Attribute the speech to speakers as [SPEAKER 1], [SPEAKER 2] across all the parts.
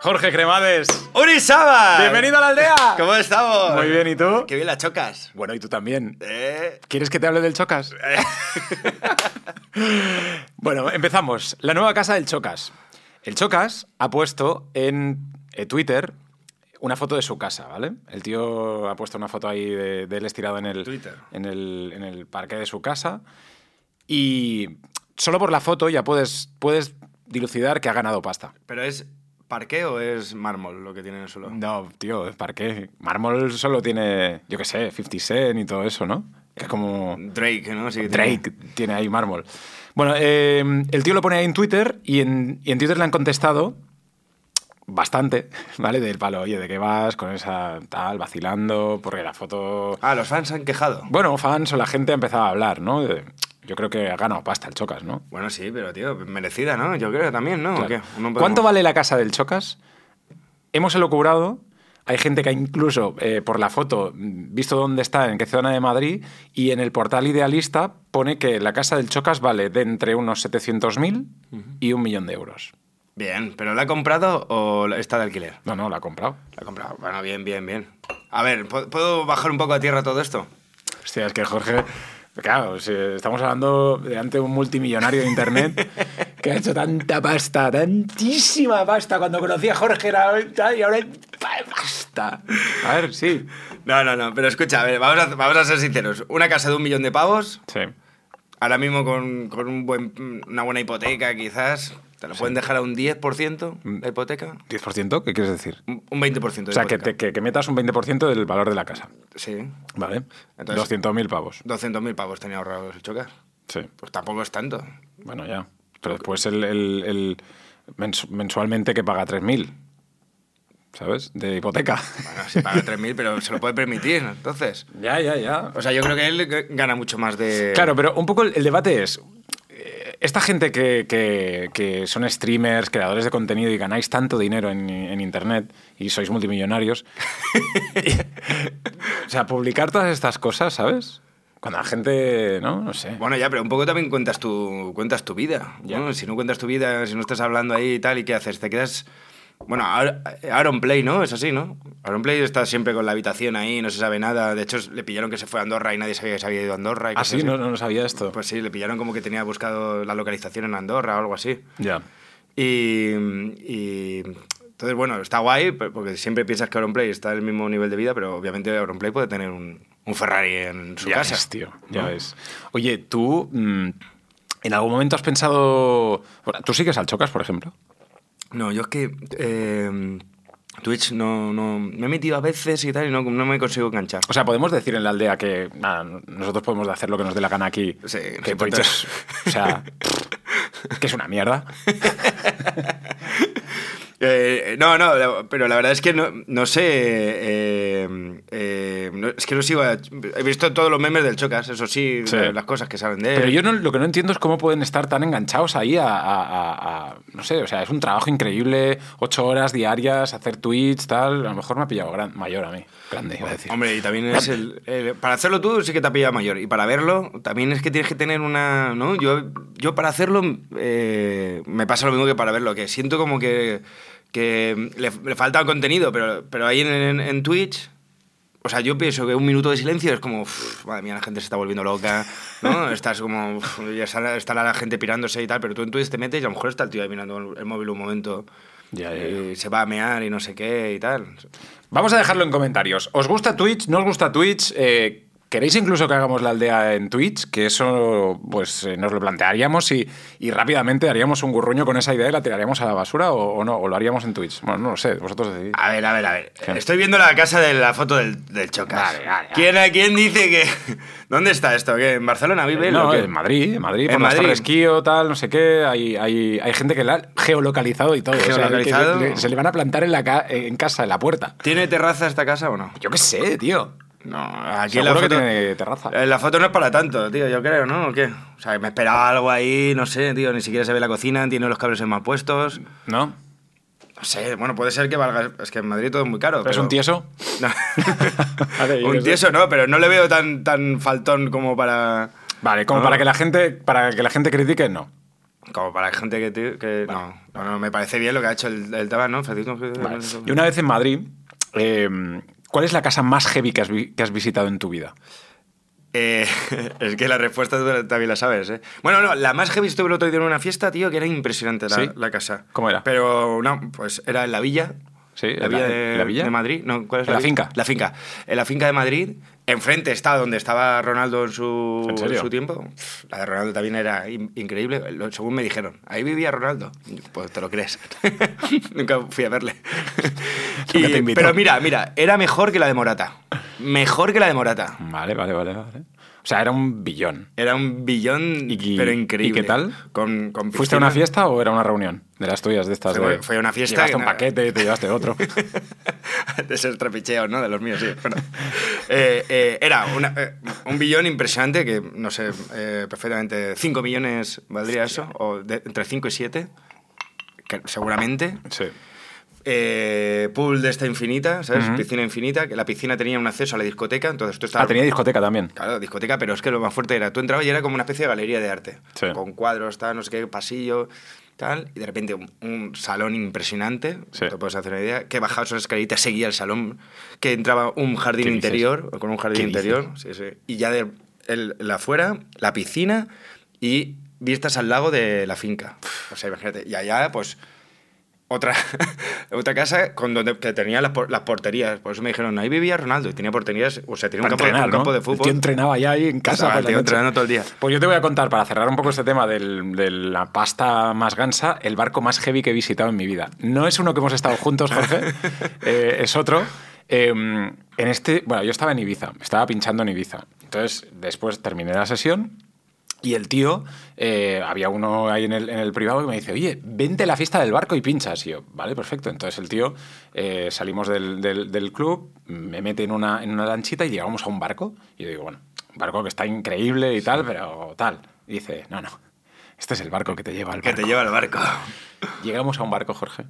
[SPEAKER 1] Jorge Cremades.
[SPEAKER 2] ¡Uri Saba!
[SPEAKER 1] ¡Bienvenido a la aldea!
[SPEAKER 2] ¿Cómo estamos?
[SPEAKER 1] Muy bien, ¿y tú?
[SPEAKER 2] Qué bien la chocas.
[SPEAKER 1] Bueno, y tú también.
[SPEAKER 2] Eh,
[SPEAKER 1] ¿Quieres que te hable del Chocas? bueno, empezamos. La nueva casa del Chocas. El Chocas ha puesto en eh, Twitter una foto de su casa, ¿vale? El tío ha puesto una foto ahí de, de él estirado en el,
[SPEAKER 3] Twitter.
[SPEAKER 1] En, el, en el parque de su casa. Y solo por la foto ya puedes, puedes dilucidar que ha ganado pasta.
[SPEAKER 3] ¿Pero es parqué o es mármol lo que tiene en el suelo?
[SPEAKER 1] No, tío, parque. Mármol solo tiene, yo qué sé, 50 Cent y todo eso, ¿no? Que es como...
[SPEAKER 3] Drake, ¿no? Sí que tiene.
[SPEAKER 1] Drake tiene ahí mármol. Bueno, eh, el tío lo pone ahí en Twitter y en, y en Twitter le han contestado bastante, ¿vale? Del palo, oye, ¿de qué vas con esa tal, vacilando? Porque la foto...
[SPEAKER 3] Ah, los fans se han quejado.
[SPEAKER 1] Bueno, fans o la gente ha empezado a hablar, ¿no? De- yo creo que ha ganado pasta el Chocas, ¿no?
[SPEAKER 3] Bueno, sí, pero tío, merecida, ¿no? Yo creo también, ¿no? ¿O
[SPEAKER 1] Claro.
[SPEAKER 3] qué? No podemos-
[SPEAKER 1] ¿Cuánto vale la casa del Chocas? Hemos elucubrado. Hay gente que ha incluso eh, por la foto mm, visto dónde está, en qué zona de Madrid, y en el portal idealista pone que la casa del Chocas vale de entre unos 700.000 y un millón de euros.
[SPEAKER 3] Bien, ¿pero la ha comprado o la- está de alquiler?
[SPEAKER 1] No, no, la ha comprado.
[SPEAKER 3] La ha comprado. Bueno, bien, bien, bien. A ver, ¿pu- ¿puedo bajar un poco a tierra todo esto?
[SPEAKER 1] Hostia, es que Jorge. Claro, si estamos hablando de ante un multimillonario de internet que ha hecho tanta pasta, tantísima pasta. Cuando conocí a Jorge era tal, y ahora hay pa- pasta. A ver, sí.
[SPEAKER 3] No, no, no, pero escucha, a ver, vamos a, vamos a ser sinceros. Una casa de un millón de pavos,
[SPEAKER 1] Sí.
[SPEAKER 3] ahora mismo con, con un buen, una buena hipoteca quizás, ¿te lo pueden dejar a un 10% la hipoteca?
[SPEAKER 1] ¿10%? ¿Qué quieres decir?
[SPEAKER 3] Un un 20% de
[SPEAKER 1] Mm. O sea, que,
[SPEAKER 3] hipoteca.
[SPEAKER 1] te- que- que metas un 20% del valor de la casa,
[SPEAKER 3] Sí,
[SPEAKER 1] ¿vale?
[SPEAKER 3] Entonces-
[SPEAKER 1] 200.000 pavos.
[SPEAKER 3] 200.000 pavos tenía ahorrados el chocar.
[SPEAKER 1] Sí,
[SPEAKER 3] Pues tampoco es tanto.
[SPEAKER 1] bueno, ya. Pero después el, el- el mens- mensualmente que paga 3.000, ¿sabes? De hipoteca.
[SPEAKER 3] Bueno, si paga 3.000, pero se lo puede permitir, ¿no? entonces.
[SPEAKER 1] Ya, ya, ya.
[SPEAKER 3] O sea, yo creo que él g- gana mucho más de...
[SPEAKER 1] Claro, pero un poco el, el debate es... eh, Esta gente que, que- que son streamers, creadores de contenido y ganáis tanto dinero en, en Internet y sois multimillonarios, o sea, publicar todas estas cosas, ¿sabes? Cuando la gente, ¿no? No sé.
[SPEAKER 3] Bueno, ya, pero un poco también cuentas tu, cuentas tu vida.
[SPEAKER 1] Ya.
[SPEAKER 3] ¿no? Si no cuentas tu vida, si no estás hablando ahí y tal, ¿y qué haces? Te quedas... Bueno, Aar- Aaron Play, ¿no? Es así, ¿no? Aaron Play está siempre con la habitación ahí, no se sabe nada. De hecho, le pillaron que se fue a Andorra y nadie sabía que se había ido a Andorra. Y
[SPEAKER 1] Ah,
[SPEAKER 3] cosas
[SPEAKER 1] sí, no, no no sabía esto.
[SPEAKER 3] Pues sí, le pillaron como que tenía buscado la localización en Andorra o algo así.
[SPEAKER 1] ya.
[SPEAKER 3] Y, y- entonces, bueno, está guay, pe- porque siempre piensas que Auronplay está en el mismo nivel de vida, pero obviamente Auronplay puede tener un, un Ferrari en su
[SPEAKER 1] ya
[SPEAKER 3] casa.
[SPEAKER 1] ves, tío. Ya ves. Oye, tú. mm, ¿En algún momento has pensado. bueno, ¿Tú sigues al Chocas, por ejemplo?
[SPEAKER 3] No, yo es que eh, Twitch no, no... Me he metido a veces y tal y no, no me consigo enganchar.
[SPEAKER 1] O sea, podemos decir en la aldea que nada, nosotros podemos hacer lo que nos dé la gana aquí.
[SPEAKER 3] Sí, nos
[SPEAKER 1] que Twitch
[SPEAKER 3] importa.
[SPEAKER 1] es, O sea. que es una mierda.
[SPEAKER 3] Eh, no, no, la- pero la verdad es que no, no sé... eh, eh, no- es que no sigo... a- he visto todos los memes del Chocas, eso sí,
[SPEAKER 1] Sí.
[SPEAKER 3] la- las cosas que salen de él.
[SPEAKER 1] Pero yo no- lo que no entiendo es cómo pueden estar tan enganchados ahí a, a- a- a- No sé, o sea, es un trabajo increíble, ocho horas diarias, hacer tweets, tal. A lo mejor me ha pillado gran- mayor a mí. Grande, iba a decir.
[SPEAKER 3] Hombre, y también es el, el- Para hacerlo tú sí que te ha pillado mayor. Y para verlo también es que tienes que tener una... ¿no? Yo, yo para hacerlo eh, me pasa lo mismo que para verlo, que siento como que, que le, le falta contenido, pero, pero ahí en, en- en Twitch... O sea, yo pienso que un minuto de silencio es como, "Uf, madre mía, la gente se está volviendo loca, ¿no? Estás como, "Uf", ya está, está la gente pirándose y tal, pero tú en Twitch te metes y a lo mejor está el tío ahí mirando el, el móvil un momento
[SPEAKER 1] Ya, ya, ya.
[SPEAKER 3] y se va a mear y no sé qué y tal.
[SPEAKER 1] Vamos a dejarlo en comentarios. ¿Os gusta Twitch? ¿No os gusta Twitch? Eh, ¿Queréis incluso que hagamos la aldea en Twitch? Que eso pues eh, nos lo plantearíamos y, y rápidamente haríamos un gurruño con esa idea y la tiraríamos a la basura o, o no, o lo haríamos en Twitch. Bueno, no lo sé, vosotros decidís.
[SPEAKER 3] A ver, a ver, a ver.
[SPEAKER 1] ¿Qué?
[SPEAKER 3] Estoy viendo la casa de la foto del, del Chocas.
[SPEAKER 1] Vale, vale, vale.
[SPEAKER 3] ¿Quién, a ¿Quién dice que.? ¿Dónde está esto? ¿Que ¿En Barcelona vive? él o
[SPEAKER 1] No,
[SPEAKER 3] qué?
[SPEAKER 1] en Madrid, en Madrid,
[SPEAKER 3] En
[SPEAKER 1] por las
[SPEAKER 3] Madrid.
[SPEAKER 1] Torres Kio, tal, no sé qué. Hay, hay, hay gente que la ha geolocalizado y todo. o sea, que
[SPEAKER 3] Geolocalizado.
[SPEAKER 1] le- le- se le van a plantar en, la ca- en casa, en la puerta.
[SPEAKER 3] ¿Tiene terraza esta casa o no?
[SPEAKER 1] Yo qué sé, tío.
[SPEAKER 3] No, aquí
[SPEAKER 1] Seguro
[SPEAKER 3] la foto.
[SPEAKER 1] que tiene terraza.
[SPEAKER 3] Eh, La foto no es para tanto, tío, yo creo, ¿no? ¿O qué? O sea, me esperaba algo ahí, no sé, tío, ni siquiera se ve la cocina, tiene los cables en mal puestos.
[SPEAKER 1] ¿No?
[SPEAKER 3] No sé, bueno, puede ser que valga. Es que en Madrid todo es muy caro.
[SPEAKER 1] ¿Es
[SPEAKER 3] pero-
[SPEAKER 1] un tieso?
[SPEAKER 3] No.
[SPEAKER 1] Vale, yo qué
[SPEAKER 3] un
[SPEAKER 1] sé.
[SPEAKER 3] tieso no, pero no le veo tan, tan faltón como para.
[SPEAKER 1] Vale, como
[SPEAKER 3] No.
[SPEAKER 1] Ah. para que la gente para que la gente critique, no.
[SPEAKER 3] Como para la gente que... te- que- no, no, no, me parece bien lo que ha hecho el, el Tebas, ¿no? Francisco.
[SPEAKER 1] Y una vez en Madrid, eh, ¿cuál es la casa más heavy que has, vi- que has visitado en tu vida?
[SPEAKER 3] Eh, es que la respuesta tú también la sabes, ¿eh? Bueno, no, la más que he visto el otro día en una fiesta, tío, que era impresionante la,
[SPEAKER 1] ¿Sí?
[SPEAKER 3] la casa.
[SPEAKER 1] ¿Cómo era?
[SPEAKER 3] Pero, no, pues era en la villa.
[SPEAKER 1] Sí,
[SPEAKER 3] la
[SPEAKER 1] en
[SPEAKER 3] villa,
[SPEAKER 1] la-
[SPEAKER 3] de,
[SPEAKER 1] en la villa.
[SPEAKER 3] de Madrid. No, ¿cuál es
[SPEAKER 1] En la
[SPEAKER 3] vi-
[SPEAKER 1] finca.
[SPEAKER 3] La finca. En la finca de Madrid. Enfrente está donde estaba Ronaldo en su,
[SPEAKER 1] ¿En serio?
[SPEAKER 3] su tiempo. La de Ronaldo también era in- increíble, lo- según me dijeron. Ahí vivía Ronaldo. Pues te lo crees. Nunca fui a verle.
[SPEAKER 1] Nunca te invitó.
[SPEAKER 3] pero mira, mira, era mejor que la de Morata. Mejor que la de Morata.
[SPEAKER 1] Vale, vale, vale, vale. O sea, era un billón.
[SPEAKER 3] Era un billón,
[SPEAKER 1] ¿Y-
[SPEAKER 3] pero increíble.
[SPEAKER 1] y qué tal?
[SPEAKER 3] Con, con
[SPEAKER 1] ¿Fuiste a
[SPEAKER 3] piscina.
[SPEAKER 1] una fiesta o era una reunión de las tuyas de estas?
[SPEAKER 3] Fue-
[SPEAKER 1] de-
[SPEAKER 3] fue una fiesta
[SPEAKER 1] Llevaste
[SPEAKER 3] que
[SPEAKER 1] un
[SPEAKER 3] nada.
[SPEAKER 1] paquete y te llevaste otro.
[SPEAKER 3] de esos trapicheos, ¿no? De los míos, sí. Bueno. Eh, eh, era una- eh, un billón impresionante que, no sé, eh, perfectamente 5 millones valdría eso, o de- entre 5 y 7, seguramente.
[SPEAKER 1] sí.
[SPEAKER 3] Eh, pool de esta infinita, ¿sabes?
[SPEAKER 1] Ujú.
[SPEAKER 3] Piscina infinita, que la piscina tenía un acceso a la discoteca, entonces tú estabas...
[SPEAKER 1] Ah, tenía discoteca también.
[SPEAKER 3] Claro, discoteca, pero es que lo más fuerte era, tú entrabas y era como una especie de galería de arte,
[SPEAKER 1] Sí.
[SPEAKER 3] con cuadros, tal, no sé qué, pasillo, tal, y de repente un, un salón impresionante,
[SPEAKER 1] Sí.
[SPEAKER 3] no te puedes hacer una idea, que bajabas una escalerita, seguía el salón, que entraba
[SPEAKER 1] ¿Qué
[SPEAKER 3] un jardín
[SPEAKER 1] dices?
[SPEAKER 3] interior, o con un
[SPEAKER 1] ¿Qué
[SPEAKER 3] jardín interior, sí, sí, y ya de el, la afuera, la piscina y vistas al lago de la finca. O sea, imagínate, y allá pues... Otra, otra casa con donde, que tenía las, por- las porterías. Por eso me dijeron, ahí vivía Ronaldo. Y tenía porterías, o sea, tenía
[SPEAKER 1] Para
[SPEAKER 3] un campo,
[SPEAKER 1] entrenar,
[SPEAKER 3] un campo
[SPEAKER 1] ¿no?
[SPEAKER 3] de
[SPEAKER 1] El
[SPEAKER 3] fútbol.
[SPEAKER 1] tío entrenaba ya ahí en casa.
[SPEAKER 3] Estaba
[SPEAKER 1] por
[SPEAKER 3] el
[SPEAKER 1] la
[SPEAKER 3] tío
[SPEAKER 1] noche.
[SPEAKER 3] entrenando todo el día.
[SPEAKER 1] Pues yo te voy a contar, para cerrar un poco este tema del- de la pasta más gansa, el barco más heavy que he visitado en mi vida. No es uno que hemos estado juntos, Jorge, eh, es otro. Eh, en este, bueno, yo estaba en Ibiza, estaba pinchando en Ibiza. Entonces, después terminé la sesión y el tío, eh, había uno ahí en el, en el privado que me dice, oye, vente a la fiesta del barco y pinchas. Y yo, vale, perfecto. Entonces el tío, eh, salimos del, del- del club, me mete en una, en una lanchita y llegamos a un barco. Y yo digo, bueno, un barco que está increíble y tal, pero tal. Y dice, no, no, este es el barco que te lleva al
[SPEAKER 3] Que
[SPEAKER 1] barco.
[SPEAKER 3] te lleva al barco.
[SPEAKER 1] Llegamos a un barco, Jorge.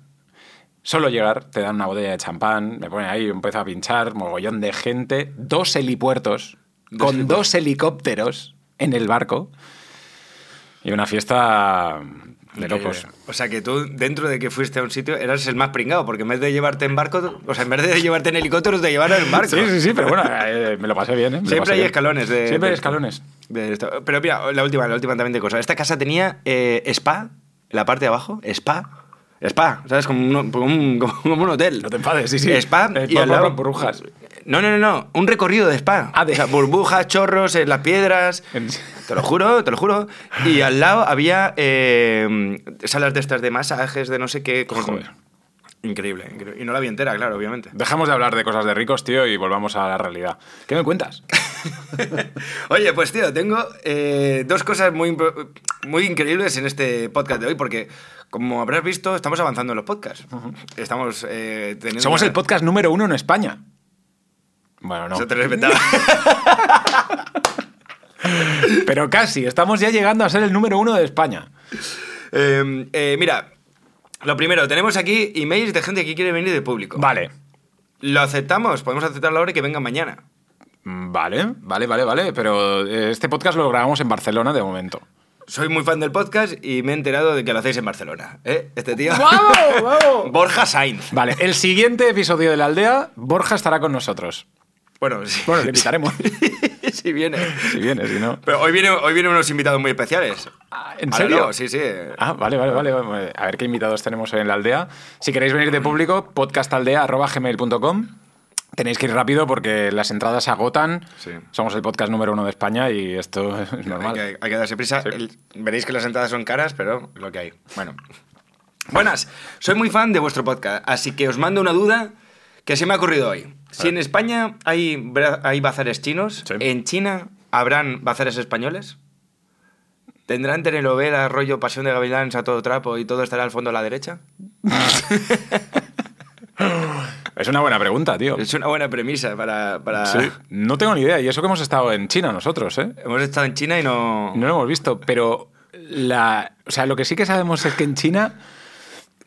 [SPEAKER 1] Solo llegar, te dan una botella de champán, me ponen ahí, empiezo a pinchar, mogollón de gente, dos helipuertos,
[SPEAKER 3] Dos
[SPEAKER 1] con dos helicópteros en el barco y una fiesta de locos.
[SPEAKER 3] O sea que tú, dentro de que fuiste a un sitio, eras el más pringado, porque en vez de llevarte en barco, o sea, en vez de llevarte en helicóptero, te llevaron en barco.
[SPEAKER 1] Sí, sí, sí, pero bueno, eh, me lo pasé bien. ¿eh? Me lo
[SPEAKER 3] Siempre
[SPEAKER 1] pasé
[SPEAKER 3] hay
[SPEAKER 1] bien.
[SPEAKER 3] escalones de-
[SPEAKER 1] Siempre hay
[SPEAKER 3] de-
[SPEAKER 1] escalones.
[SPEAKER 3] De esto. Pero mira, la última, la última también de cosas. Esta casa tenía eh, spa, en la parte de abajo, spa. Spa, ¿sabes? Como un, como un- como un hotel.
[SPEAKER 1] No te enfades, sí, sí.
[SPEAKER 3] Spa
[SPEAKER 1] Eh,
[SPEAKER 3] y
[SPEAKER 1] por- por-
[SPEAKER 3] al
[SPEAKER 1] por
[SPEAKER 3] lado...
[SPEAKER 1] burbujas.
[SPEAKER 3] No, no, no, no. Un recorrido de spa.
[SPEAKER 1] Ah, de-
[SPEAKER 3] O sea, burbujas, chorros, en las piedras.
[SPEAKER 1] En-
[SPEAKER 3] Te lo juro, te lo juro. Y al lado había eh, salas de estas de masajes, de no sé qué. con-
[SPEAKER 1] Joder.
[SPEAKER 3] Increíble, increíble. Y no la vi entera, claro, obviamente.
[SPEAKER 1] Dejamos de hablar de cosas de ricos, tío, y volvamos a la realidad. ¿Qué me cuentas?
[SPEAKER 3] Oye, pues tío, tengo eh, dos cosas muy, impro- muy increíbles en este podcast de hoy, porque como habrás visto, estamos avanzando en los podcasts. Estamos eh, teniendo.
[SPEAKER 1] Somos
[SPEAKER 3] una-
[SPEAKER 1] el podcast número uno en España. Bueno, no.
[SPEAKER 3] Eso te lo respetaba.
[SPEAKER 1] Pero casi, estamos ya llegando a ser el número uno de España.
[SPEAKER 3] Eh, eh, mira, lo primero, tenemos aquí emails de gente que quiere venir de público.
[SPEAKER 1] Vale.
[SPEAKER 3] Lo aceptamos, podemos aceptarlo ahora y que venga mañana.
[SPEAKER 1] Mm, Vale, vale, vale, vale. Pero eh, este podcast lo grabamos en Barcelona de momento.
[SPEAKER 3] Soy muy fan del podcast y me he enterado de que lo hacéis en Barcelona. ¿Eh? Este tío.
[SPEAKER 1] ¡Vamos, vamos!
[SPEAKER 3] Borja Sainz.
[SPEAKER 1] Vale, el siguiente episodio de la aldea, Borja estará con nosotros.
[SPEAKER 3] Bueno, sí.
[SPEAKER 1] Bueno, le invitaremos.
[SPEAKER 3] si viene.
[SPEAKER 1] si viene, si no.
[SPEAKER 3] Pero hoy viene, hoy vienen unos invitados muy especiales.
[SPEAKER 1] Ah, ¿En
[SPEAKER 3] Ahora
[SPEAKER 1] serio?
[SPEAKER 3] luego, sí, sí.
[SPEAKER 1] Ah, vale, vale, vale, vale. A ver qué invitados tenemos hoy en la aldea. Si queréis venir de público, podcastaldea.gmail.com. Tenéis que ir rápido porque las entradas se agotan.
[SPEAKER 3] Sí.
[SPEAKER 1] Somos el podcast número uno de España y esto es normal.
[SPEAKER 3] Hay, que, hay que darse prisa. El- veréis que las entradas son caras, pero lo que hay. Bueno. Buenas, soy muy fan de vuestro podcast, así que os mando una duda que se me ha ocurrido hoy. Si en España hay, bra- hay bazares chinos,
[SPEAKER 1] Sí.
[SPEAKER 3] ¿en China habrán bazares españoles? ¿Tendrán telenovela, rollo Pasión de Gavilanes a todo trapo y todo estará al fondo a la derecha?
[SPEAKER 1] Es una buena pregunta, tío.
[SPEAKER 3] Es una buena premisa para... para-
[SPEAKER 1] Sí. No tengo ni idea. Y eso que hemos estado en China nosotros, ¿eh?
[SPEAKER 3] Hemos estado en China y no...
[SPEAKER 1] No lo hemos visto, pero la, o sea, lo que sí que sabemos es que en China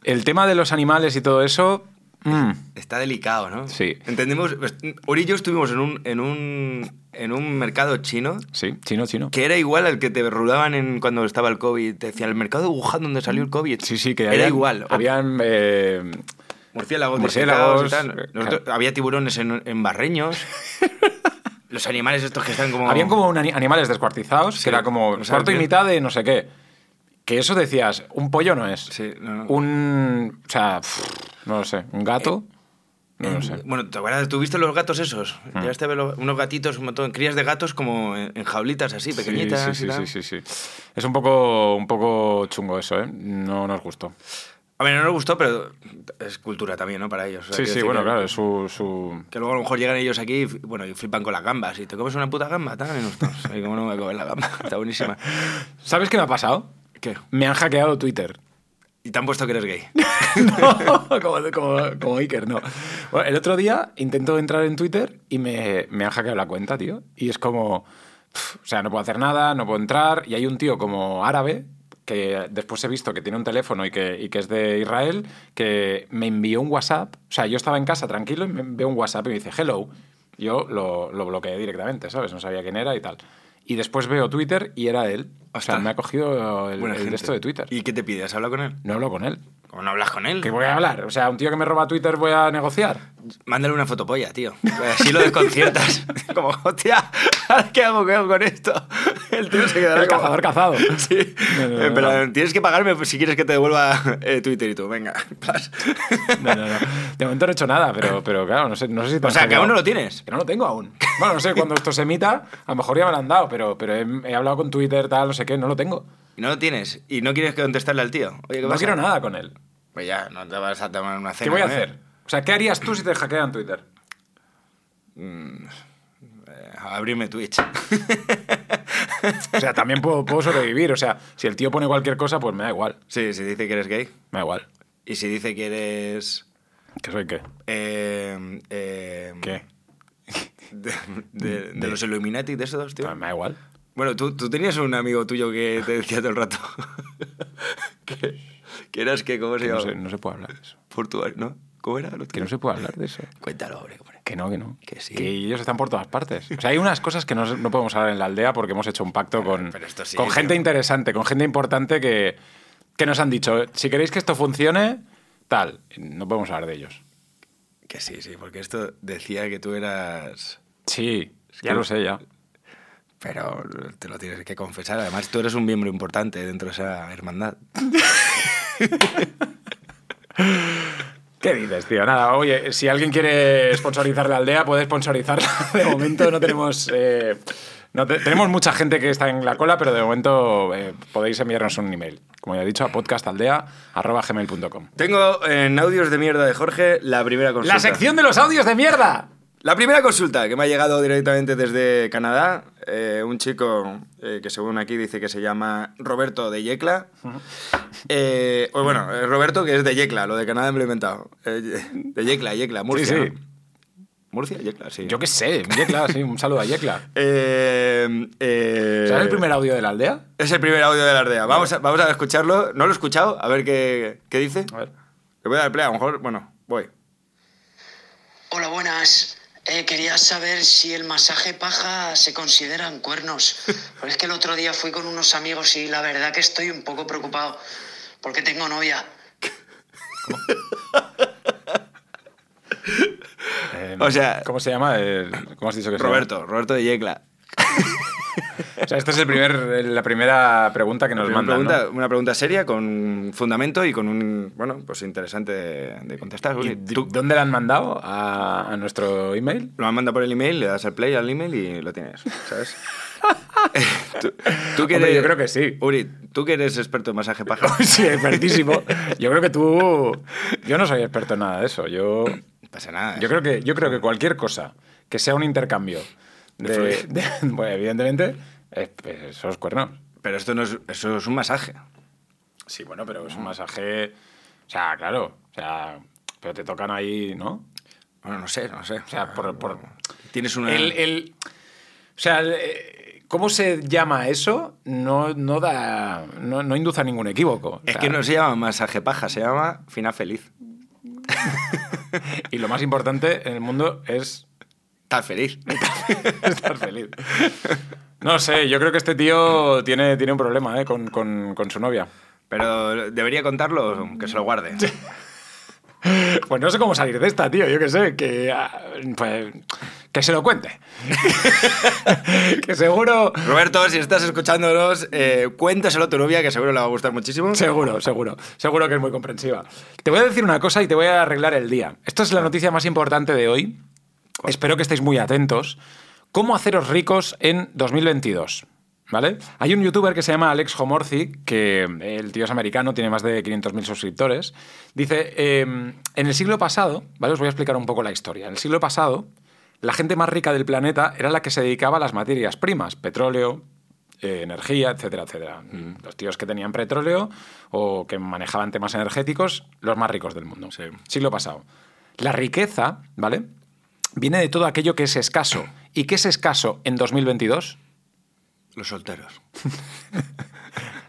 [SPEAKER 1] el tema de los animales y todo eso mm, Mm.
[SPEAKER 3] Está delicado, ¿no?
[SPEAKER 1] Sí.
[SPEAKER 3] Entendemos. pues, Ori y yo estuvimos en un, en un, en un mercado chino
[SPEAKER 1] Sí, chino, chino.
[SPEAKER 3] que era igual al que te rulaban en, cuando estaba el COVID. Te decían, el mercado de Wuhan donde salió el COVID.
[SPEAKER 1] Sí, sí, que
[SPEAKER 3] Era
[SPEAKER 1] habían-
[SPEAKER 3] igual. O
[SPEAKER 1] Habían. eh,
[SPEAKER 3] Murciélagos,
[SPEAKER 1] Murciélagos, eh,
[SPEAKER 3] murciélagos y tal. Nosotros- Había tiburones en, en barreños. Los animales estos que están como...
[SPEAKER 1] Habían como un ani- animales descuartizados,
[SPEAKER 3] Sí,
[SPEAKER 1] que era como
[SPEAKER 3] o sea,
[SPEAKER 1] cuarto y
[SPEAKER 3] bien.
[SPEAKER 1] mitad de no sé qué. Que eso decías, un pollo no es.
[SPEAKER 3] Sí, no, no.
[SPEAKER 1] Un. O sea, pff, no lo sé. ¿Un gato?
[SPEAKER 3] Eh,
[SPEAKER 1] no lo sé. Mm.
[SPEAKER 3] Bueno, ¿te acuerdas? ¿Tú viste los gatos esos? Llegaste a ver lo- unos gatitos, un montón, crías de gatos como en, en jaulitas así,
[SPEAKER 1] Sí,
[SPEAKER 3] pequeñitas.
[SPEAKER 1] sí,
[SPEAKER 3] y
[SPEAKER 1] sí,
[SPEAKER 3] tal.
[SPEAKER 1] sí, sí, sí. Es un poco, un poco chungo eso, ¿eh? No nos gustó.
[SPEAKER 3] A mí no les gustó, pero es cultura también, ¿no? Para ellos. O
[SPEAKER 1] Sí,
[SPEAKER 3] sea, quiero
[SPEAKER 1] sí,
[SPEAKER 3] decir
[SPEAKER 1] bueno,
[SPEAKER 3] que-
[SPEAKER 1] claro, es su, su-
[SPEAKER 3] Que luego a lo mejor llegan ellos aquí y, f- bueno, y flipan con las gambas. Y te comes una puta gamba, tal. Y nosotros, "Ay, ¿cómo no me voy a comer la gamba? Está buenísima.
[SPEAKER 1] ¿Sabes qué me ha pasado?
[SPEAKER 3] ¿Qué?
[SPEAKER 1] Me han hackeado Twitter.
[SPEAKER 3] Y te han puesto que eres gay.
[SPEAKER 1] No, como, como- como Iker, no. Bueno, el otro día intento entrar en Twitter y me, me han hackeado la cuenta, tío. Y es como, pf, o sea, no puedo hacer nada, no puedo entrar. Y hay un tío como árabe que después he visto que tiene un teléfono y que, y que es de Israel, que me envió un WhatsApp. O sea, yo estaba en casa tranquilo y me envió un WhatsApp y me dice, hello. Yo lo, lo bloqueé directamente, ¿sabes? No sabía quién era y tal. Y después veo Twitter y era él. O sea,
[SPEAKER 3] Ostras.
[SPEAKER 1] me ha cogido el,
[SPEAKER 3] Buena
[SPEAKER 1] el
[SPEAKER 3] gente.
[SPEAKER 1] de esto de Twitter.
[SPEAKER 3] ¿Y qué te pides? ¿Habla con él?
[SPEAKER 1] No hablo con él.
[SPEAKER 3] ¿Cómo no hablas con él?
[SPEAKER 1] ¿Qué voy a hablar? O sea, un tío que me roba Twitter voy a negociar.
[SPEAKER 3] Mándale una fotopolla, tío. Así lo desconciertas. como, hostia, ¿ahora ¿qué hago, ¿Qué hago con esto? El tío se quedará
[SPEAKER 1] El
[SPEAKER 3] como-
[SPEAKER 1] cazador cazado.
[SPEAKER 3] Sí.
[SPEAKER 1] No, no,
[SPEAKER 3] Eh,
[SPEAKER 1] no,
[SPEAKER 3] Pero
[SPEAKER 1] no.
[SPEAKER 3] tienes que pagarme pues, si quieres que te devuelva eh, Twitter y tú. Venga. plas.
[SPEAKER 1] No, no, no. De momento no he hecho nada, pero, pero claro, no sé, no sé si te
[SPEAKER 3] O
[SPEAKER 1] han
[SPEAKER 3] sea, que
[SPEAKER 1] hackeado.
[SPEAKER 3] aún no lo tienes.
[SPEAKER 1] Que no lo tengo aún. Bueno, no sé, cuando esto se emita, a lo mejor ya me lo han dado, pero, pero he, he hablado con Twitter, tal, no sé qué, no lo tengo.
[SPEAKER 3] Y no lo tienes. Y no quieres que contestarle al tío. Oye, ¿qué
[SPEAKER 1] No
[SPEAKER 3] pasa?
[SPEAKER 1] quiero nada con él.
[SPEAKER 3] Pues ya, no te vas a tomar una cena.
[SPEAKER 1] ¿Qué voy a
[SPEAKER 3] con él.
[SPEAKER 1] hacer? O sea, ¿qué harías tú si te hackean Twitter?
[SPEAKER 3] Eh, abrirme Twitch.
[SPEAKER 1] O sea, también puedo, puedo sobrevivir. O sea, si el tío pone cualquier cosa, pues me da igual.
[SPEAKER 3] sí, si dice que eres gay.
[SPEAKER 1] Me da igual.
[SPEAKER 3] Y si dice que eres...
[SPEAKER 1] ¿Qué soy qué?
[SPEAKER 3] eh, eh,
[SPEAKER 1] ¿Qué?
[SPEAKER 3] De, de- de los Illuminati, de esos, tío.
[SPEAKER 1] Pues me da igual.
[SPEAKER 3] Bueno, tú, tú tenías un amigo tuyo que te decía todo el rato que, que eras que, ¿cómo se
[SPEAKER 1] Que no,
[SPEAKER 3] llama?
[SPEAKER 1] se, no se puede hablar de eso.
[SPEAKER 3] Portugal, ¿no? ¿Cómo era?
[SPEAKER 1] Que no se puede hablar de eso.
[SPEAKER 3] Cuéntalo, hombre, hombre.
[SPEAKER 1] Que no, que no.
[SPEAKER 3] Que sí.
[SPEAKER 1] ellos están por todas partes. O sea, hay unas cosas que no, no podemos hablar en la aldea porque hemos hecho un pacto con,
[SPEAKER 3] pero esto sí,
[SPEAKER 1] con
[SPEAKER 3] tío.
[SPEAKER 1] gente interesante, con gente importante que, que nos han dicho, si queréis que esto funcione, tal, no podemos hablar de ellos.
[SPEAKER 3] Que sí, sí, porque esto decía que tú eras...
[SPEAKER 1] Sí,
[SPEAKER 3] que-
[SPEAKER 1] ya lo sé, ya.
[SPEAKER 3] Pero te lo tienes que confesar. Además, tú eres un miembro importante dentro de esa hermandad.
[SPEAKER 1] ¿Qué dices, tío? Nada, oye, si alguien quiere sponsorizar la aldea, puede sponsorizarla. De momento no tenemos... eh, no te- tenemos mucha gente que está en la cola, pero de momento eh, podéis enviarnos un email. Como ya he dicho, a podcastaldea.gmail.com.
[SPEAKER 3] Tengo en audios de mierda de Jorge la primera consulta.
[SPEAKER 1] ¡La sección de los audios de mierda!
[SPEAKER 3] La primera consulta que me ha llegado directamente desde Canadá, eh, un chico eh, que según aquí dice que se llama Roberto de Yecla. Eh, o bueno, eh, Roberto que es de Yecla, lo de Canadá me lo he inventado. Eh, de Yecla, Yecla, Murcia.
[SPEAKER 1] sí.
[SPEAKER 3] ¿no? Murcia, Yecla, sí.
[SPEAKER 1] Yo qué sé, Yecla, sí, un saludo a Yecla.
[SPEAKER 3] Eh, eh,
[SPEAKER 1] ¿Sabes el primer audio de la aldea?
[SPEAKER 3] Es el primer audio de la Ardea. Vamos a, vamos a escucharlo. No lo he escuchado, a ver qué, qué dice.
[SPEAKER 1] A ver.
[SPEAKER 3] Le voy a dar play, a lo mejor, bueno, voy.
[SPEAKER 2] Hola, buenas. Eh, quería saber si el masaje paja se consideran cuernos. Pero es que el otro día fui con unos amigos y la verdad que estoy un poco preocupado porque tengo novia.
[SPEAKER 1] Eh,
[SPEAKER 3] O sea-
[SPEAKER 1] ¿Cómo se llama? el- ¿Cómo has dicho que se llama?
[SPEAKER 3] Roberto, Roberto de Yecla.
[SPEAKER 1] O sea, esta es el primer, la primera pregunta que nos
[SPEAKER 3] Primera
[SPEAKER 1] mandan.
[SPEAKER 3] pregunta- Una pregunta seria, con fundamento y con un. Bueno, pues interesante de, de contestar.
[SPEAKER 1] ¿no? ¿Y
[SPEAKER 3] Uli.
[SPEAKER 1] d-
[SPEAKER 3] Tú
[SPEAKER 1] ¿Dónde la han mandado? ¿A, a nuestro email?
[SPEAKER 3] lo mandas por el email, le das al play al email y lo tienes, ¿sabes? Eh, tú, tú que
[SPEAKER 1] Hombre,
[SPEAKER 3] eres-
[SPEAKER 1] yo creo que sí.
[SPEAKER 3] Uri, tú que eres experto en masaje paja.
[SPEAKER 1] sí, expertísimo. Yo creo que tú... Yo no soy experto en nada de eso. Yo,
[SPEAKER 3] No pasa nada. ¿eh?
[SPEAKER 1] yo, creo, que, yo creo que cualquier cosa que sea un intercambio de...
[SPEAKER 3] fluir.
[SPEAKER 1] de- bueno, evidentemente, eh, pues, eso es cuernos.
[SPEAKER 3] Pero esto no es, eso es un masaje.
[SPEAKER 1] Sí, bueno, pero es un masaje. O sea, claro. O sea, pero te tocan ahí, ¿no?
[SPEAKER 3] Bueno, no sé, no sé. O
[SPEAKER 1] sea, por- por-
[SPEAKER 3] Tienes una.
[SPEAKER 1] El, el- o sea, el, eh, ¿cómo se llama eso? No, no da. No, no induce a ningún equívoco. O
[SPEAKER 3] Es
[SPEAKER 1] sea,
[SPEAKER 3] que no se llama masaje paja, se llama final feliz.
[SPEAKER 1] Y lo más importante en el mundo es
[SPEAKER 3] Estás feliz.
[SPEAKER 1] estar feliz. No sé, yo creo que este tío tiene, tiene un problema ¿eh? con, con- con su novia.
[SPEAKER 3] Pero debería contarlo, que se lo guarde.
[SPEAKER 1] Pues no sé cómo salir de esta, tío. Yo qué sé, que, ah, pues, que se lo cuente. que seguro,
[SPEAKER 3] Roberto, si estás escuchándonos, eh, cuéntaselo a tu novia, que seguro le va a gustar muchísimo.
[SPEAKER 1] seguro, seguro. Seguro que es muy comprensiva. Te voy a decir una cosa y te voy a arreglar el día. Esta es la noticia más importante de hoy. Espero que estéis muy atentos. ¿Cómo haceros ricos en 2022? ¿Vale? Hay un youtuber que se llama Alex Homorzi, que eh, el tío es americano, tiene más de 500.000 suscriptores. Dice, eh, en el siglo pasado, ¿vale? Os voy a explicar un poco la historia. En el siglo pasado, la gente más rica del planeta era la que se dedicaba a las materias primas, petróleo, eh, energía, etcétera, etcétera. Los tíos que tenían petróleo o que manejaban temas energéticos, los más ricos del mundo.
[SPEAKER 3] Sí.
[SPEAKER 1] Siglo pasado. La riqueza, ¿vale? viene de todo aquello que es escaso. ¿Y qué es escaso en 2022?
[SPEAKER 3] Los solteros.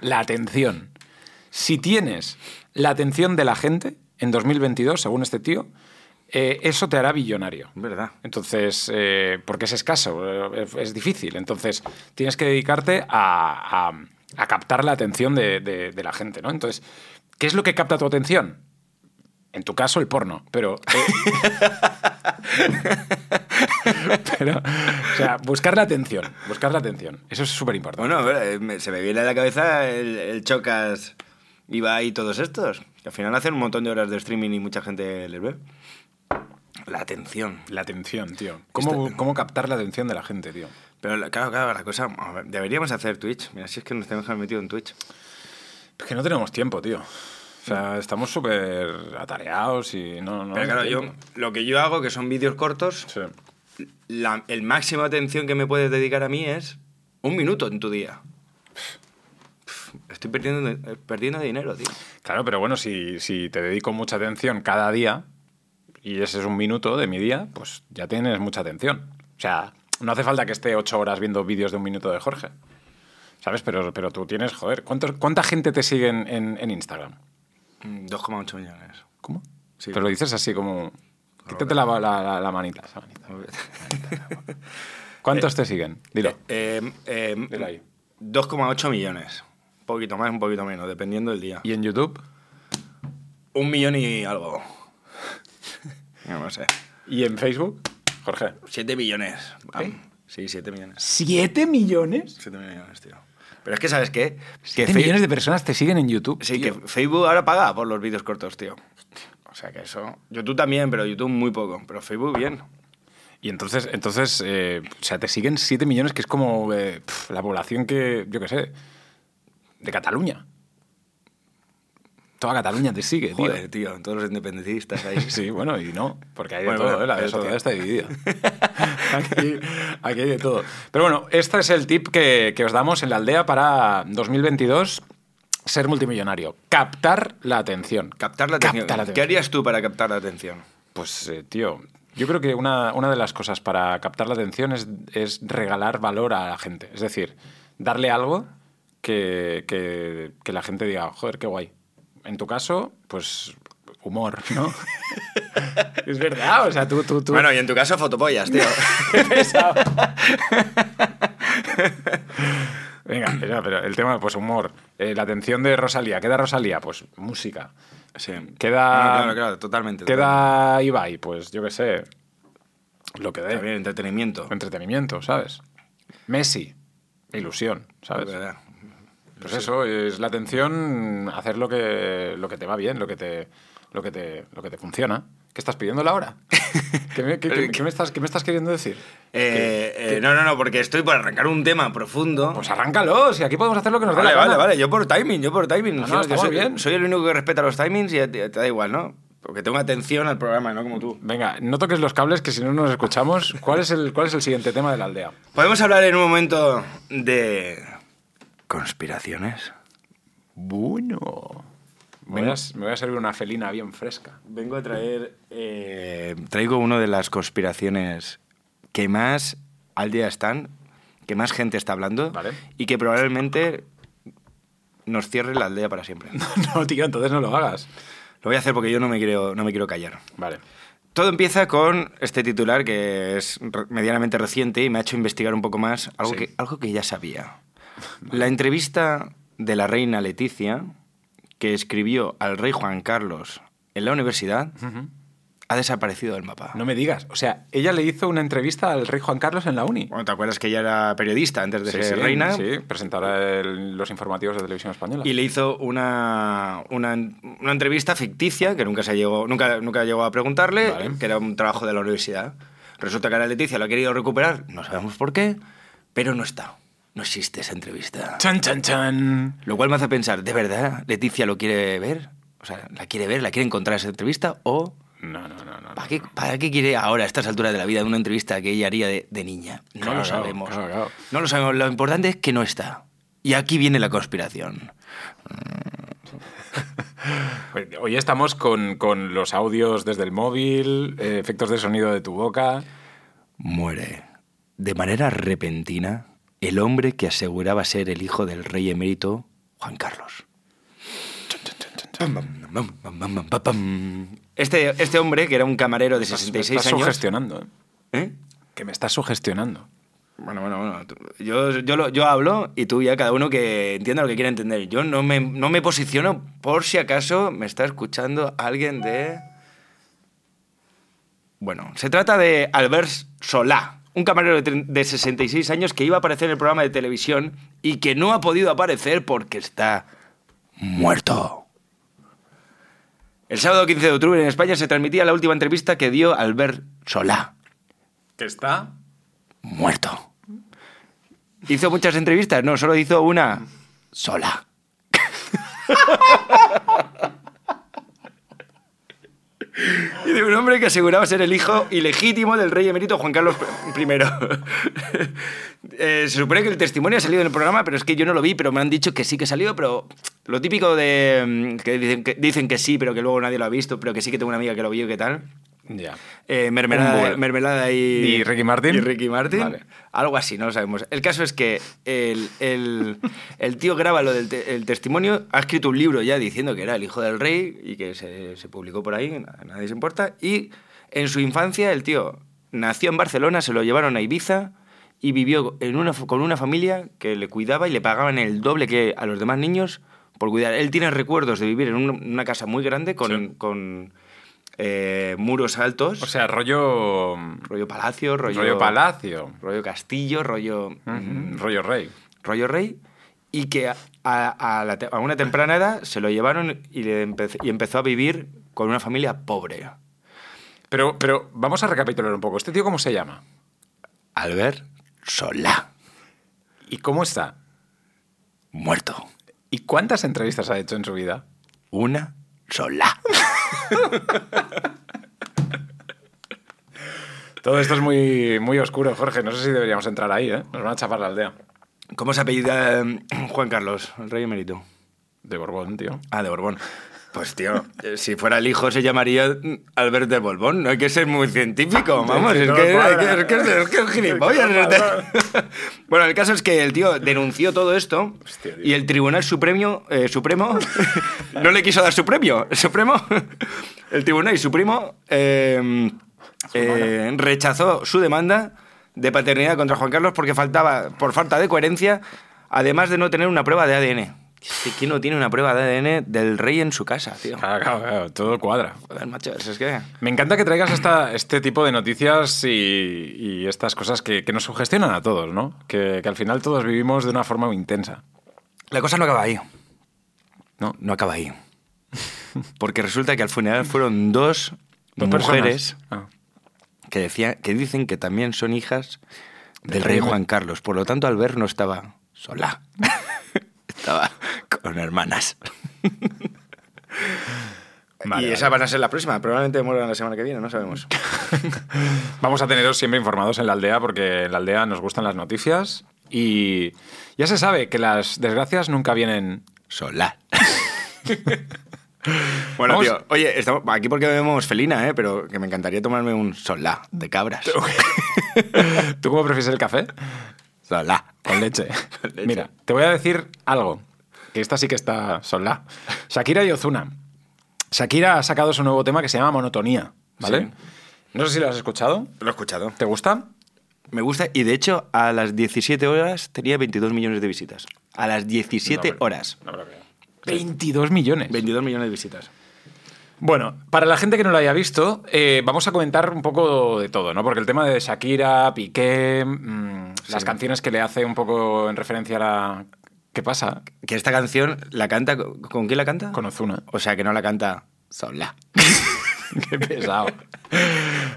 [SPEAKER 1] La atención. Si tienes la atención de la gente en 2022, según este tío, eh, eso te hará billonario.
[SPEAKER 3] ¿Verdad?
[SPEAKER 1] Entonces, eh, porque es escaso, eh, es, es difícil. Entonces, tienes que dedicarte a, a- a captar la atención de, de- de la gente, ¿no? Entonces, ¿qué es lo que capta tu atención? En tu caso, el porno, pero... eh, pero, o sea, buscar la atención, buscar la atención. Eso es súper importante.
[SPEAKER 3] Bueno, a ver, eh, me- se me viene a la cabeza el, el Chocas, Ibai y todos estos. Que al final hacen un montón de horas de streaming y mucha gente les ve. La atención.
[SPEAKER 1] La atención, tío. ¿Cómo, ¿Cómo captar la atención de la gente, tío?
[SPEAKER 3] Pero la- claro, claro, la cosa... a ver, deberíamos hacer Twitch. Mira, si es que nos tenemos que haber metido en Twitch.
[SPEAKER 1] Es que no tenemos tiempo, tío. O sea, estamos súper atareados y no... no
[SPEAKER 3] Pero
[SPEAKER 1] da
[SPEAKER 3] claro, yo,
[SPEAKER 1] tiempo.
[SPEAKER 3] lo que yo hago, que son vídeos cortos,
[SPEAKER 1] Sí.
[SPEAKER 3] la- el máximo de atención que me puedes dedicar a mí es un minuto en tu día. Pf, Estoy perdiendo, eh, perdiendo dinero, tío.
[SPEAKER 1] Claro, pero bueno, si, si te dedico mucha atención cada día, y ese es un minuto de mi día, pues ya tienes mucha atención. O sea, no hace falta que esté ocho horas viendo vídeos de un minuto de Jorge. ¿Sabes? Pero, pero tú tienes, joder, ¿cuántos- ¿cuánta gente te sigue en, en- en Instagram?
[SPEAKER 3] Mm, 2,8 millones.
[SPEAKER 1] ¿Cómo?
[SPEAKER 3] Sí.
[SPEAKER 1] Pero lo dices así como... Quítate la, la- la- la manita. esa manita. ¿Cuántos te siguen? Dilo.
[SPEAKER 3] Eh, eh,
[SPEAKER 1] Dilo ahí.
[SPEAKER 3] 2,8 millones. Un poquito más, un poquito menos, dependiendo del día.
[SPEAKER 1] ¿Y en YouTube?
[SPEAKER 3] Un millón y algo. No lo sé.
[SPEAKER 1] ¿Y en Facebook? Jorge.
[SPEAKER 3] 7 millones. Am, Sí, 7 millones.
[SPEAKER 1] ¿Siete millones?
[SPEAKER 3] 7 millones, tío. Pero es que, ¿sabes qué? Que
[SPEAKER 1] ¿Siete
[SPEAKER 3] Fe-
[SPEAKER 1] millones de personas te siguen en YouTube?
[SPEAKER 3] Sí,
[SPEAKER 1] tío?
[SPEAKER 3] que Facebook ahora paga por los vídeos cortos, tío. O sea que eso. YouTube también, pero YouTube muy poco. Pero Facebook bien.
[SPEAKER 1] Y entonces, entonces eh, o sea, te siguen 7 millones, que es como eh, pf, la población que, yo qué sé, de Cataluña. Toda Cataluña te sigue, tío.
[SPEAKER 3] Joder, tío, todos los independentistas ahí.
[SPEAKER 1] Sí, bueno, y no, porque hay de
[SPEAKER 3] Bueno,
[SPEAKER 1] todo,
[SPEAKER 3] bueno,
[SPEAKER 1] ¿eh? la vida
[SPEAKER 3] eso
[SPEAKER 1] sociedad
[SPEAKER 3] tiene.
[SPEAKER 1] está dividida. aquí, aquí hay de todo. Pero bueno, este es el tip que, que os damos en la aldea para 2022, ser multimillonario. Captar la atención.
[SPEAKER 3] Captar la atención.
[SPEAKER 1] Captar la
[SPEAKER 3] ¿Qué harías tú para captar la atención?
[SPEAKER 1] Pues, eh, tío, yo creo que una, una de las cosas para captar la atención es, es regalar valor a la gente. Es decir, darle algo que, que- que la gente diga, joder, qué guay. En tu caso, pues humor, ¿no? es verdad, o sea, tú... tú, tú
[SPEAKER 3] Bueno, y en tu caso, fotopollas, tío.
[SPEAKER 1] qué pesado. Venga, pero, pero el tema, pues humor. Eh, la atención de Rosalía. ¿Qué da Rosalía? Pues música.
[SPEAKER 3] sí.
[SPEAKER 1] Queda-
[SPEAKER 3] No, claro, claro, totalmente.
[SPEAKER 1] ¿Qué da Ibai? Pues yo qué sé. Lo que dé.
[SPEAKER 3] totalmente. También entretenimiento.
[SPEAKER 1] entretenimiento, ¿sabes? Messi, ilusión, ¿sabes?
[SPEAKER 3] Verdad.
[SPEAKER 1] Pues eso, es la atención, hacer lo que, lo que te va bien, lo que te, lo que te, lo que te funciona. ¿Qué estás pidiendo Laura? ¿Qué me, qué- qué- qué me estás, qué me estás queriendo decir?
[SPEAKER 3] Eh, eh, No, no, no, porque estoy por arrancar un tema profundo.
[SPEAKER 1] Pues arráncalo, si aquí podemos hacer lo que nos dé
[SPEAKER 3] vale,
[SPEAKER 1] la
[SPEAKER 3] vale,
[SPEAKER 1] gana.
[SPEAKER 3] vale. Yo por timing, yo por timing.
[SPEAKER 1] No, no,
[SPEAKER 3] Yo- yo
[SPEAKER 1] estamos
[SPEAKER 3] soy,
[SPEAKER 1] bien.
[SPEAKER 3] soy el único que respeta los timings y a ti- te da igual, ¿no? Porque tengo atención al programa, no como tú.
[SPEAKER 1] Venga, no toques los cables que si no nos escuchamos. ¿Cuál es el, cuál es el siguiente tema de la aldea?
[SPEAKER 3] Podemos hablar en un momento de conspiraciones.
[SPEAKER 1] Bueno. Me voy, a, me voy a servir una felina bien fresca.
[SPEAKER 3] Vengo a traer, eh, traigo una de las conspiraciones que más al día están, que más gente está hablando
[SPEAKER 1] Vale.
[SPEAKER 3] y que probablemente nos cierre la aldea para siempre. Lo
[SPEAKER 1] No, tío, entonces no lo hagas.
[SPEAKER 3] voy a hacer porque yo no me quiero, no me quiero callar.
[SPEAKER 1] Vale.
[SPEAKER 3] Todo empieza con este titular que es re- medianamente reciente y me ha hecho investigar un poco más algo,
[SPEAKER 1] Sí.
[SPEAKER 3] que, algo que ya sabía. La entrevista de la reina Leticia, que escribió al rey Juan Carlos en la universidad, ha desaparecido del mapa.
[SPEAKER 1] No me digas. O sea, ella le hizo una entrevista al rey Juan Carlos en la uni.
[SPEAKER 3] Bueno, ¿te acuerdas que ella era periodista antes de
[SPEAKER 1] Sí,
[SPEAKER 3] ser
[SPEAKER 1] sí,
[SPEAKER 3] reina?
[SPEAKER 1] Sí, presentara el- los informativos de televisión española.
[SPEAKER 3] Y le hizo una, una, una entrevista ficticia que nunca se llegó, nunca, nunca llegó a preguntarle,
[SPEAKER 1] Vale.
[SPEAKER 3] que era un trabajo de la universidad. Resulta que ahora Leticia lo ha querido recuperar, no sabemos por qué, pero no está. No existe esa entrevista.
[SPEAKER 1] Chan, chan, chan.
[SPEAKER 3] Lo cual me hace pensar, ¿de verdad Leticia lo quiere ver? O sea, ¿la quiere ver? ¿La quiere encontrar esa entrevista? ¿O
[SPEAKER 1] No, no, no, no.
[SPEAKER 3] para qué, para qué quiere ahora, a estas alturas de la vida, una entrevista que ella haría de, de niña? No
[SPEAKER 1] Claro,
[SPEAKER 3] lo sabemos.
[SPEAKER 1] claro, claro.
[SPEAKER 3] No lo sabemos. Lo importante es que no está. Y aquí viene la conspiración.
[SPEAKER 1] Pues Hoy estamos con, con los audios desde el móvil, eh, efectos de sonido de tu boca.
[SPEAKER 3] Muere de manera repentina el hombre que aseguraba ser el hijo del rey emérito Juan Carlos. Este, este hombre, que era un camarero de
[SPEAKER 1] me
[SPEAKER 3] 66
[SPEAKER 1] estás
[SPEAKER 3] años...
[SPEAKER 1] sugestionando, ¿eh?
[SPEAKER 3] ¿Eh?
[SPEAKER 1] Que me estás sugestionando.
[SPEAKER 3] Bueno, bueno, bueno. tú- Yo, yo, lo- yo hablo y tú ya cada uno que entienda lo que quiera entender. Yo no me, no me posiciono por si acaso me está escuchando alguien de... Bueno, se trata de Albert Solá, un camarero de, tre- de 66 años que iba a aparecer en el programa de televisión y que no ha podido aparecer porque está muerto. El sábado 15 de octubre en España se transmitía la última entrevista que dio Albert Solá
[SPEAKER 1] ¿Que está?
[SPEAKER 3] muerto. Hizo muchas entrevistas, no, solo hizo una sola. Y de un hombre que aseguraba ser el hijo ilegítimo del rey emérito Juan Carlos I. Eh, se supone que el testimonio ha salido en el programa, pero es que yo no lo vi, pero me han dicho que sí que salió, pero lo típico de mm, que dicen que, dicen que sí, pero que luego nadie lo ha visto, pero que sí que tengo una amiga que lo vio y qué tal.
[SPEAKER 1] Ya.
[SPEAKER 3] Eh,
[SPEAKER 1] Un
[SPEAKER 3] mermelada,
[SPEAKER 1] bol.
[SPEAKER 3] mermelada y,
[SPEAKER 1] ¿Y Ricky Martin?
[SPEAKER 3] Y Ricky Martin.
[SPEAKER 1] Vale.
[SPEAKER 3] Algo así, no lo sabemos. El caso es que el, el- el tío graba lo del te- el testimonio, ha escrito un libro ya diciendo que era el hijo del rey y que se, se publicó por ahí, a nadie se importa. Y en su infancia el tío nació en Barcelona, se lo llevaron a Ibiza y vivió en una, fa- con una familia que le cuidaba y le pagaban el doble que a los demás niños por cuidar. Él tiene recuerdos de vivir en un- una casa muy grande con...
[SPEAKER 1] Sí.
[SPEAKER 3] con, eh, muros altos
[SPEAKER 1] O sea, rollo.
[SPEAKER 3] rollo palacio, rollo,
[SPEAKER 1] Rollo palacio.
[SPEAKER 3] rollo castillo, rollo
[SPEAKER 1] Mm, Rollo rey.
[SPEAKER 3] rollo rey y que a, a- a la te- a una temprana edad se lo llevaron y, le empe- y empezó a vivir con una familia pobre.
[SPEAKER 1] Pero, pero vamos a recapitular un poco. ¿Este tío cómo se llama?
[SPEAKER 3] Albert Solá,
[SPEAKER 1] ¿Y cómo está?
[SPEAKER 3] muerto.
[SPEAKER 1] ¿Y cuántas entrevistas ha hecho en su vida?
[SPEAKER 3] Una Solá.
[SPEAKER 1] Todo esto es muy, muy oscuro, Jorge. No sé si deberíamos entrar ahí, ¿eh? Nos van a chapar la aldea.
[SPEAKER 3] ¿Cómo se apellida eh, Juan Carlos, el rey emérito?
[SPEAKER 1] De Borbón, tío.
[SPEAKER 3] Ah, de Borbón. Pues tío, eh, si fuera el hijo se llamaría mm, Albert de Borbón. No hay que ser muy científico, vamos. Es
[SPEAKER 1] no
[SPEAKER 3] que
[SPEAKER 1] cuadra.
[SPEAKER 3] hay que- es que es- es que es gilipollas. este.
[SPEAKER 1] Es que no
[SPEAKER 3] Bueno, el caso es que el tío denunció todo esto
[SPEAKER 1] Hostia, tío.
[SPEAKER 3] y el Tribunal Supremo, eh, Supremo no le quiso dar su premio. El Supremo, el Tribunal Supremo eh, eh, rechazó su demanda de paternidad contra Juan Carlos porque faltaba, por falta de coherencia, además de no tener una prueba de ADN. Es que ¿Quién no tiene una prueba de ADN del rey en su casa, tío?
[SPEAKER 1] Claro, claro, claro. Todo cuadra.
[SPEAKER 3] Joder, macho, es que...
[SPEAKER 1] Me encanta que traigas esta, este tipo de noticias y, y estas cosas que, que nos sugestionan a todos, ¿no? Que, que al final todos vivimos de una forma muy intensa.
[SPEAKER 3] La cosa no acaba ahí.
[SPEAKER 1] No.
[SPEAKER 3] no acaba ahí. Porque resulta que al funeral fueron dos,
[SPEAKER 1] Dos
[SPEAKER 3] mujeres
[SPEAKER 1] personas. Ah.
[SPEAKER 3] que, decía- que dicen que también son hijas del
[SPEAKER 1] Del
[SPEAKER 3] rey
[SPEAKER 1] rey.
[SPEAKER 3] Juan Carlos. Por lo tanto, Albert no estaba sola. estaba con hermanas.
[SPEAKER 1] Vale,
[SPEAKER 3] y
[SPEAKER 1] vale.
[SPEAKER 3] esas van a ser la próxima. Probablemente mueran la semana que viene, no sabemos.
[SPEAKER 1] Ah. Vamos a teneros siempre informados en la aldea porque en la aldea nos gustan las noticias y ya se sabe que las desgracias nunca vienen.
[SPEAKER 3] Sola. bueno,
[SPEAKER 1] Vamos-
[SPEAKER 3] tío, oye, estamos aquí porque vemos felina, ¿eh? pero que me encantaría tomarme un solá de cabras.
[SPEAKER 1] ¿Tú cómo prefieres el café?
[SPEAKER 3] solá.
[SPEAKER 1] Con leche.
[SPEAKER 3] leche.
[SPEAKER 1] Mira, te voy a decir algo. Que esta sí que está sola. Shakira y Ozuna. Shakira ha sacado su nuevo tema que se llama Monotonía. ¿vale?
[SPEAKER 3] Sí.
[SPEAKER 1] No sé si lo has escuchado.
[SPEAKER 3] Lo he escuchado.
[SPEAKER 1] ¿Te gusta?
[SPEAKER 3] Me gusta y de hecho a las 17 horas tenía 22 millones de visitas. A las 17
[SPEAKER 1] No me-
[SPEAKER 3] horas.
[SPEAKER 1] No me lo creo. 22 millones.
[SPEAKER 3] 22 millones de visitas.
[SPEAKER 1] Bueno, para la gente que no lo haya visto, eh, vamos a comentar un poco de todo, ¿no? Porque el tema de Shakira, Piqué, mm, las canciones que le hace un poco en referencia a la... ¿Qué pasa?
[SPEAKER 3] Que esta canción la canta... ¿Con quién la canta?
[SPEAKER 1] Con Ozuna.
[SPEAKER 3] O sea, que no la canta sola.
[SPEAKER 1] Qué pesado.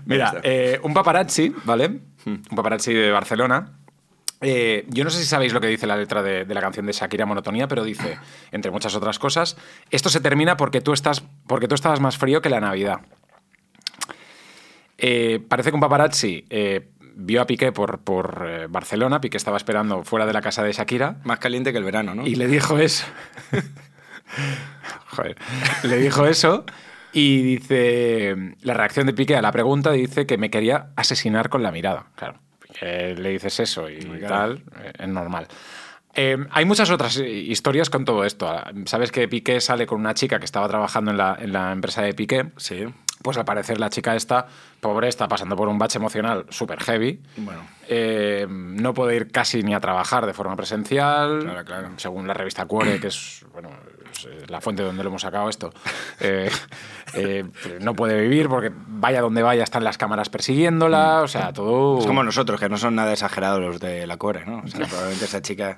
[SPEAKER 1] Mira,
[SPEAKER 3] gusta.
[SPEAKER 1] eh, un paparazzi, ¿vale? Un paparazzi de Barcelona. Eh, yo no sé si sabéis lo que dice la letra de, de la canción de Shakira Monotonía, pero dice, entre muchas otras cosas, esto se termina porque tú estás, porque tú estabas más frío que la Navidad. Eh, parece que un paparazzi eh, vio a Piqué por, por eh, Barcelona, Piqué estaba esperando fuera de la casa de Shakira,
[SPEAKER 3] Más caliente que el verano, ¿no?
[SPEAKER 1] y le dijo eso. Joder. Le dijo eso y dice. La reacción de Piqué a la pregunta dice que me quería asesinar con la mirada. Claro. Piqué le dices eso y
[SPEAKER 3] Muy claro.
[SPEAKER 1] tal, eh, es normal. Eh, hay muchas otras eh, historias con todo esto. Ah, Sabes que Piqué sale con una chica que estaba trabajando en la, en la empresa de Piqué.
[SPEAKER 3] Sí.
[SPEAKER 1] Pues al parecer la chica esta, pobre, está pasando por un bache emocional súper heavy.
[SPEAKER 3] Bueno.
[SPEAKER 1] Eh, no puede ir casi ni a trabajar de forma presencial.
[SPEAKER 3] Claro, claro.
[SPEAKER 1] Según la revista Cuore, que es bueno, es, eh, la fuente de donde lo hemos sacado esto, eh, eh, no puede vivir porque vaya donde vaya están las cámaras persiguiéndola. O sea, todo.
[SPEAKER 3] Mm. Es como nosotros, que no son nada exagerados los de la core, ¿no? O sea, probablemente esa chica...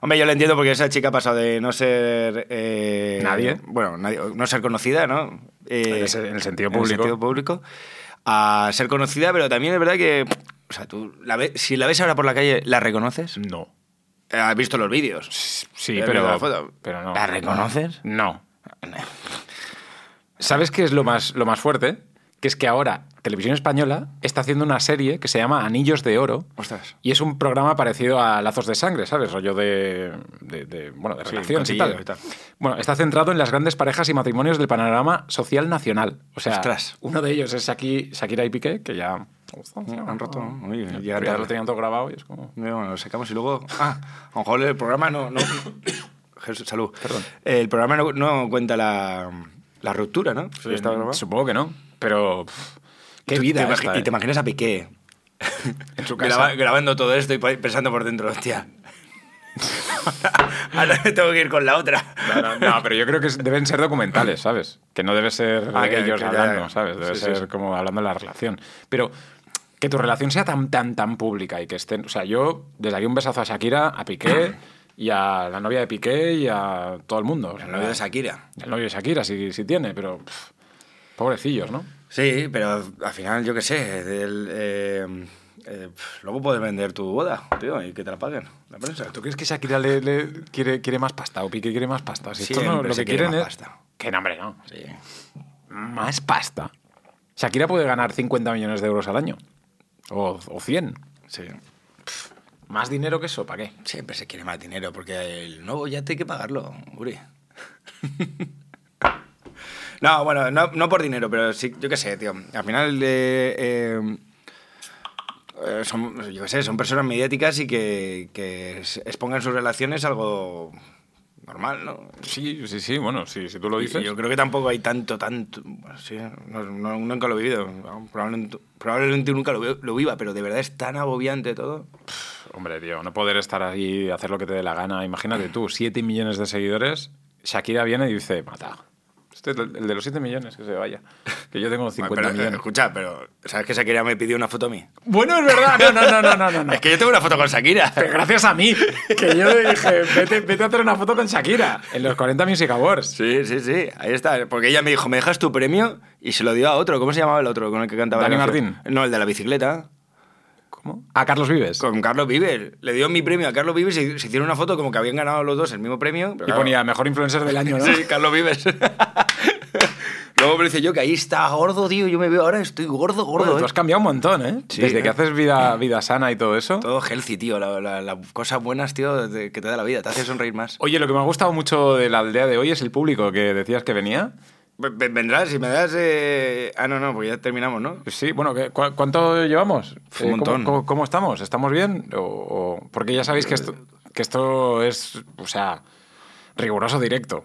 [SPEAKER 3] Hombre, yo lo entiendo porque esa chica ha pasado de no ser... eh,
[SPEAKER 1] Nadie.
[SPEAKER 3] Bueno, nadie- no ser conocida, ¿no? Eh,
[SPEAKER 1] En ese- en el sentido
[SPEAKER 3] En el
[SPEAKER 1] público.
[SPEAKER 3] sentido público. A ser conocida, pero también es verdad que... O sea, tú la ve- si la ves ahora por la calle, ¿la reconoces? Eh,
[SPEAKER 1] No.
[SPEAKER 3] ¿Has visto los vídeos?
[SPEAKER 1] Sí,
[SPEAKER 3] Pero
[SPEAKER 1] pero.
[SPEAKER 3] Eh, la foto-
[SPEAKER 1] pero no.
[SPEAKER 3] ¿La reconoces?
[SPEAKER 1] No. ¿Sabes qué es lo más, lo más fuerte? Que es que ahora Televisión Española está haciendo una serie que se llama Anillos de Oro.
[SPEAKER 3] Ostras.
[SPEAKER 1] Y es un programa parecido a Lazos de Sangre, ¿sabes? Rollo de, de- de, bueno, de
[SPEAKER 3] Sí,
[SPEAKER 1] relaciones y tal.
[SPEAKER 3] cotilleo y tal.
[SPEAKER 1] Bueno, está centrado en las grandes parejas y matrimonios del panorama social nacional. O sea,
[SPEAKER 3] Ostras.
[SPEAKER 1] uno de ellos es Shaki- Shakira y Piqué, que ya
[SPEAKER 3] Han roto, ¿no? Oye,
[SPEAKER 1] Pero
[SPEAKER 3] ya
[SPEAKER 1] ya
[SPEAKER 3] tarde.
[SPEAKER 1] lo tenían todo grabado y es como...
[SPEAKER 3] Bueno, lo sacamos y luego. Ah, a lo mejor el programa no. no Jesús, salud.
[SPEAKER 1] Perdón.
[SPEAKER 3] Eh, El programa no, no cuenta la, la ruptura, ¿no? Si está grabado.
[SPEAKER 1] Supongo que no, pero... pff, qué
[SPEAKER 3] Tú
[SPEAKER 1] vida
[SPEAKER 3] te imagi-
[SPEAKER 1] esta,
[SPEAKER 3] Y
[SPEAKER 1] ¿eh?
[SPEAKER 3] te imaginas a Piqué
[SPEAKER 1] en su casa.
[SPEAKER 3] graba- grabando todo esto y pa- pensando por dentro, hostia. Ahora me tengo que ir con la otra.
[SPEAKER 1] No, no, no, pero yo creo que es- deben ser documentales, ¿sabes? Que no debe ser
[SPEAKER 3] Ah, que-
[SPEAKER 1] ellos
[SPEAKER 3] que ya-
[SPEAKER 1] hablando, ¿sabes? Debe
[SPEAKER 3] sí, sí,
[SPEAKER 1] ser
[SPEAKER 3] sí.
[SPEAKER 1] como hablando de la relación. Pero que tu relación sea tan, tan, tan pública y que estén... O sea, yo desde aquí un besazo a Shakira, a Piqué y a la novia de Piqué y a todo el mundo. O sea,
[SPEAKER 3] El novio de Shakira.
[SPEAKER 1] El novio de Shakira sí, sí tiene, pero... pff, pobrecillos, ¿no?
[SPEAKER 3] Sí, pero al final, yo qué sé. del, eh, eh, pf, luego puedes vender tu boda, tío, y que te la paguen la prensa.
[SPEAKER 1] ¿Tú crees que Shakira le, le quiere, quiere más pasta o Piqué quiere más pasta? Si esto no-
[SPEAKER 3] Siempre
[SPEAKER 1] lo
[SPEAKER 3] se
[SPEAKER 1] que
[SPEAKER 3] quiere
[SPEAKER 1] quieren
[SPEAKER 3] más
[SPEAKER 1] es...
[SPEAKER 3] pasta.
[SPEAKER 1] Que no, hombre, no.
[SPEAKER 3] Sí.
[SPEAKER 1] más pasta. Shakira puede ganar 50 millones de euros al año. O, o 100.
[SPEAKER 3] Sí.
[SPEAKER 1] Más dinero que eso, ¿para qué?
[SPEAKER 3] Siempre se quiere más dinero porque el nuevo yate hay que pagarlo, Uri. no, bueno, no, no por dinero, pero sí, yo qué sé, tío. Al final, eh, eh, eh, son, yo qué sé, son personas mediáticas y que, que es- expongan sus relaciones algo normal, ¿no?
[SPEAKER 1] Sí, sí, sí, bueno, sí, si tú lo
[SPEAKER 3] Y Yo creo que tampoco hay tanto, tanto. bueno, sí, no- no- nunca lo he vivido. no, Probablemente, probablemente nunca lo, vi- lo viva, pero de verdad es tan agobiante todo.
[SPEAKER 1] Hombre, tío, no poder estar ahí y hacer lo que te dé la gana. Imagínate tú, 7 millones de seguidores. Shakira viene y dice, mata. Este es el el de los 7 millones, que se vaya. Que yo tengo 50
[SPEAKER 3] Pero, eh,
[SPEAKER 1] millones.
[SPEAKER 3] Escucha, pero ¿sabes que Shakira me pidió una foto a mí?
[SPEAKER 1] eh, Bueno, es verdad. No, no, no, no, no, no. no.
[SPEAKER 3] Es que yo tengo una foto con Shakira.
[SPEAKER 1] Pero gracias a mí, que yo le dije, vete, vete a hacer una foto con Shakira en los 40 Music Awards.
[SPEAKER 3] Sí, sí, sí, ahí está. Porque ella me dijo, me dejas tu premio y se lo dio a otro. ¿Cómo se llamaba el otro con el que cantaba? la
[SPEAKER 1] ¿Dani
[SPEAKER 3] canción?
[SPEAKER 1] Martín?
[SPEAKER 3] No, el de la bicicleta.
[SPEAKER 1] ¿Cómo? A Carlos Vives.
[SPEAKER 3] Con Carlos Vives. Le dio mi premio a Carlos Vives y se hicieron una foto como que habían ganado los dos el mismo premio.
[SPEAKER 1] Y
[SPEAKER 3] pero claro,
[SPEAKER 1] ponía mejor influencer del año, ¿no?
[SPEAKER 3] Sí, Carlos Vives. Luego me dice yo que ahí está gordo, tío. Yo me veo ahora, estoy gordo, gordo.
[SPEAKER 1] Joder, tú
[SPEAKER 3] eh.
[SPEAKER 1] has cambiado un montón, ¿eh?
[SPEAKER 3] Sí,
[SPEAKER 1] Desde
[SPEAKER 3] ¿eh?
[SPEAKER 1] que haces vida, vida sana y todo eso.
[SPEAKER 3] Todo healthy, tío. la- la- Las cosas buenas, tío, de- que te da la vida. Te hace sonreír más.
[SPEAKER 1] Oye, lo que me ha gustado mucho de la aldea de hoy es el público que decías que venía.
[SPEAKER 3] Ve- ve- Vendrás y me das... eh, Ah, no, no, porque ya terminamos, ¿no?
[SPEAKER 1] Sí, bueno, ¿qué- cu- ¿cuánto llevamos? Eh,
[SPEAKER 3] Un
[SPEAKER 1] ¿cómo-
[SPEAKER 3] montón.
[SPEAKER 1] ¿cómo, cómo estamos? ¿Estamos bien? O, o- Porque ya sabéis que esto,
[SPEAKER 3] Eh.
[SPEAKER 1] que esto es, o sea, riguroso directo.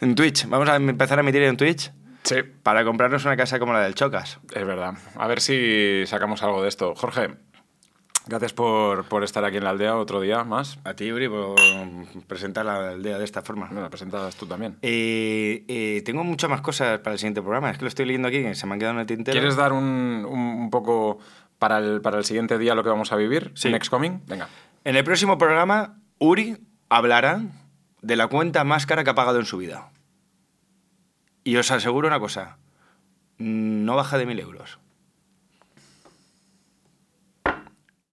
[SPEAKER 3] En Twitch. Vamos a empezar a emitir en Twitch.
[SPEAKER 1] Sí,
[SPEAKER 3] para comprarnos una casa como la del Chocas.
[SPEAKER 1] es verdad. A ver si sacamos algo de esto. Jorge, gracias por, por estar aquí en la aldea otro día más.
[SPEAKER 3] A ti, Uri, por presentar la aldea de esta forma.
[SPEAKER 1] Bueno, presentabas tú también.
[SPEAKER 3] Eh, eh, tengo muchas más cosas para el siguiente programa. Es que lo estoy leyendo aquí, que se me han quedado en el tintero.
[SPEAKER 1] ¿Quieres dar un, un- un poco para el, para el siguiente día lo que vamos a vivir?
[SPEAKER 3] Sí.
[SPEAKER 1] Next Coming. Venga.
[SPEAKER 3] En el próximo programa, Uri hablará de la cuenta más cara que ha pagado en su vida. Y os aseguro una cosa, no baja de mil euros.